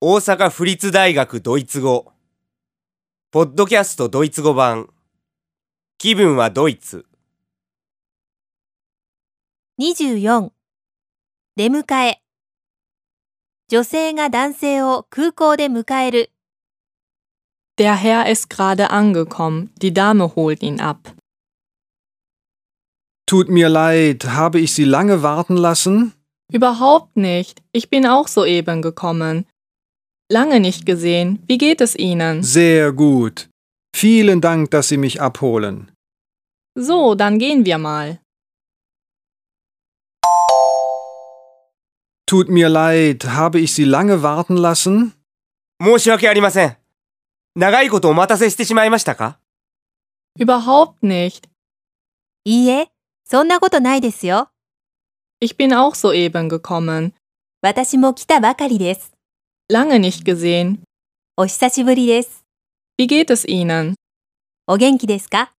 大阪府立大学ドイツ語ポッドキャストドイツ語版気分はドイツ24出迎え女性が男性を空港で迎える Der Herr ist gerade angekommen, die Dame holt ihn ab. Tut mir leid, habe ich Sie lange warten lassen? Überhaupt nicht, ich bin auch soeben gekommen. Lange nicht gesehen, wie geht es Ihnen? Sehr gut. Vielen Dank, dass Sie mich abholen. So, dann gehen wir mal. Tut mir leid, habe ich Sie lange warten lassen? 申し訳ありません長いことお待たせしてしまいましたか Überhaupt nicht, いいえ、そんなことないですよ。 ich bin auch soeben gekommen. 私も来たばかりです。 Lange nicht gesehen, お久しぶりです。 wie geht es Ihnen? お元気ですか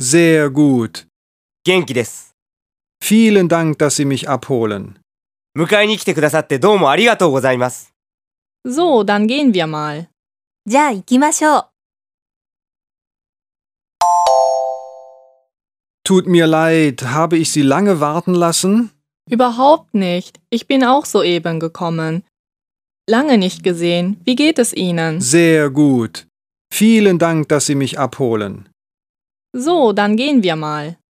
Sehr gut. 元気です Vielen Dank, dass Sie mich abholen. 迎えに来てくださってどうもありがとうございます So, dann gehen wir mal. じゃあ行きましょう。 Tut mir leid, habe ich Sie lange warten lassen? Überhaupt nicht, ich bin auch soeben gekommen. Lange nicht gesehen, wie geht es Ihnen? Sehr gut. Vielen Dank, dass Sie mich abholen. So, dann gehen wir mal.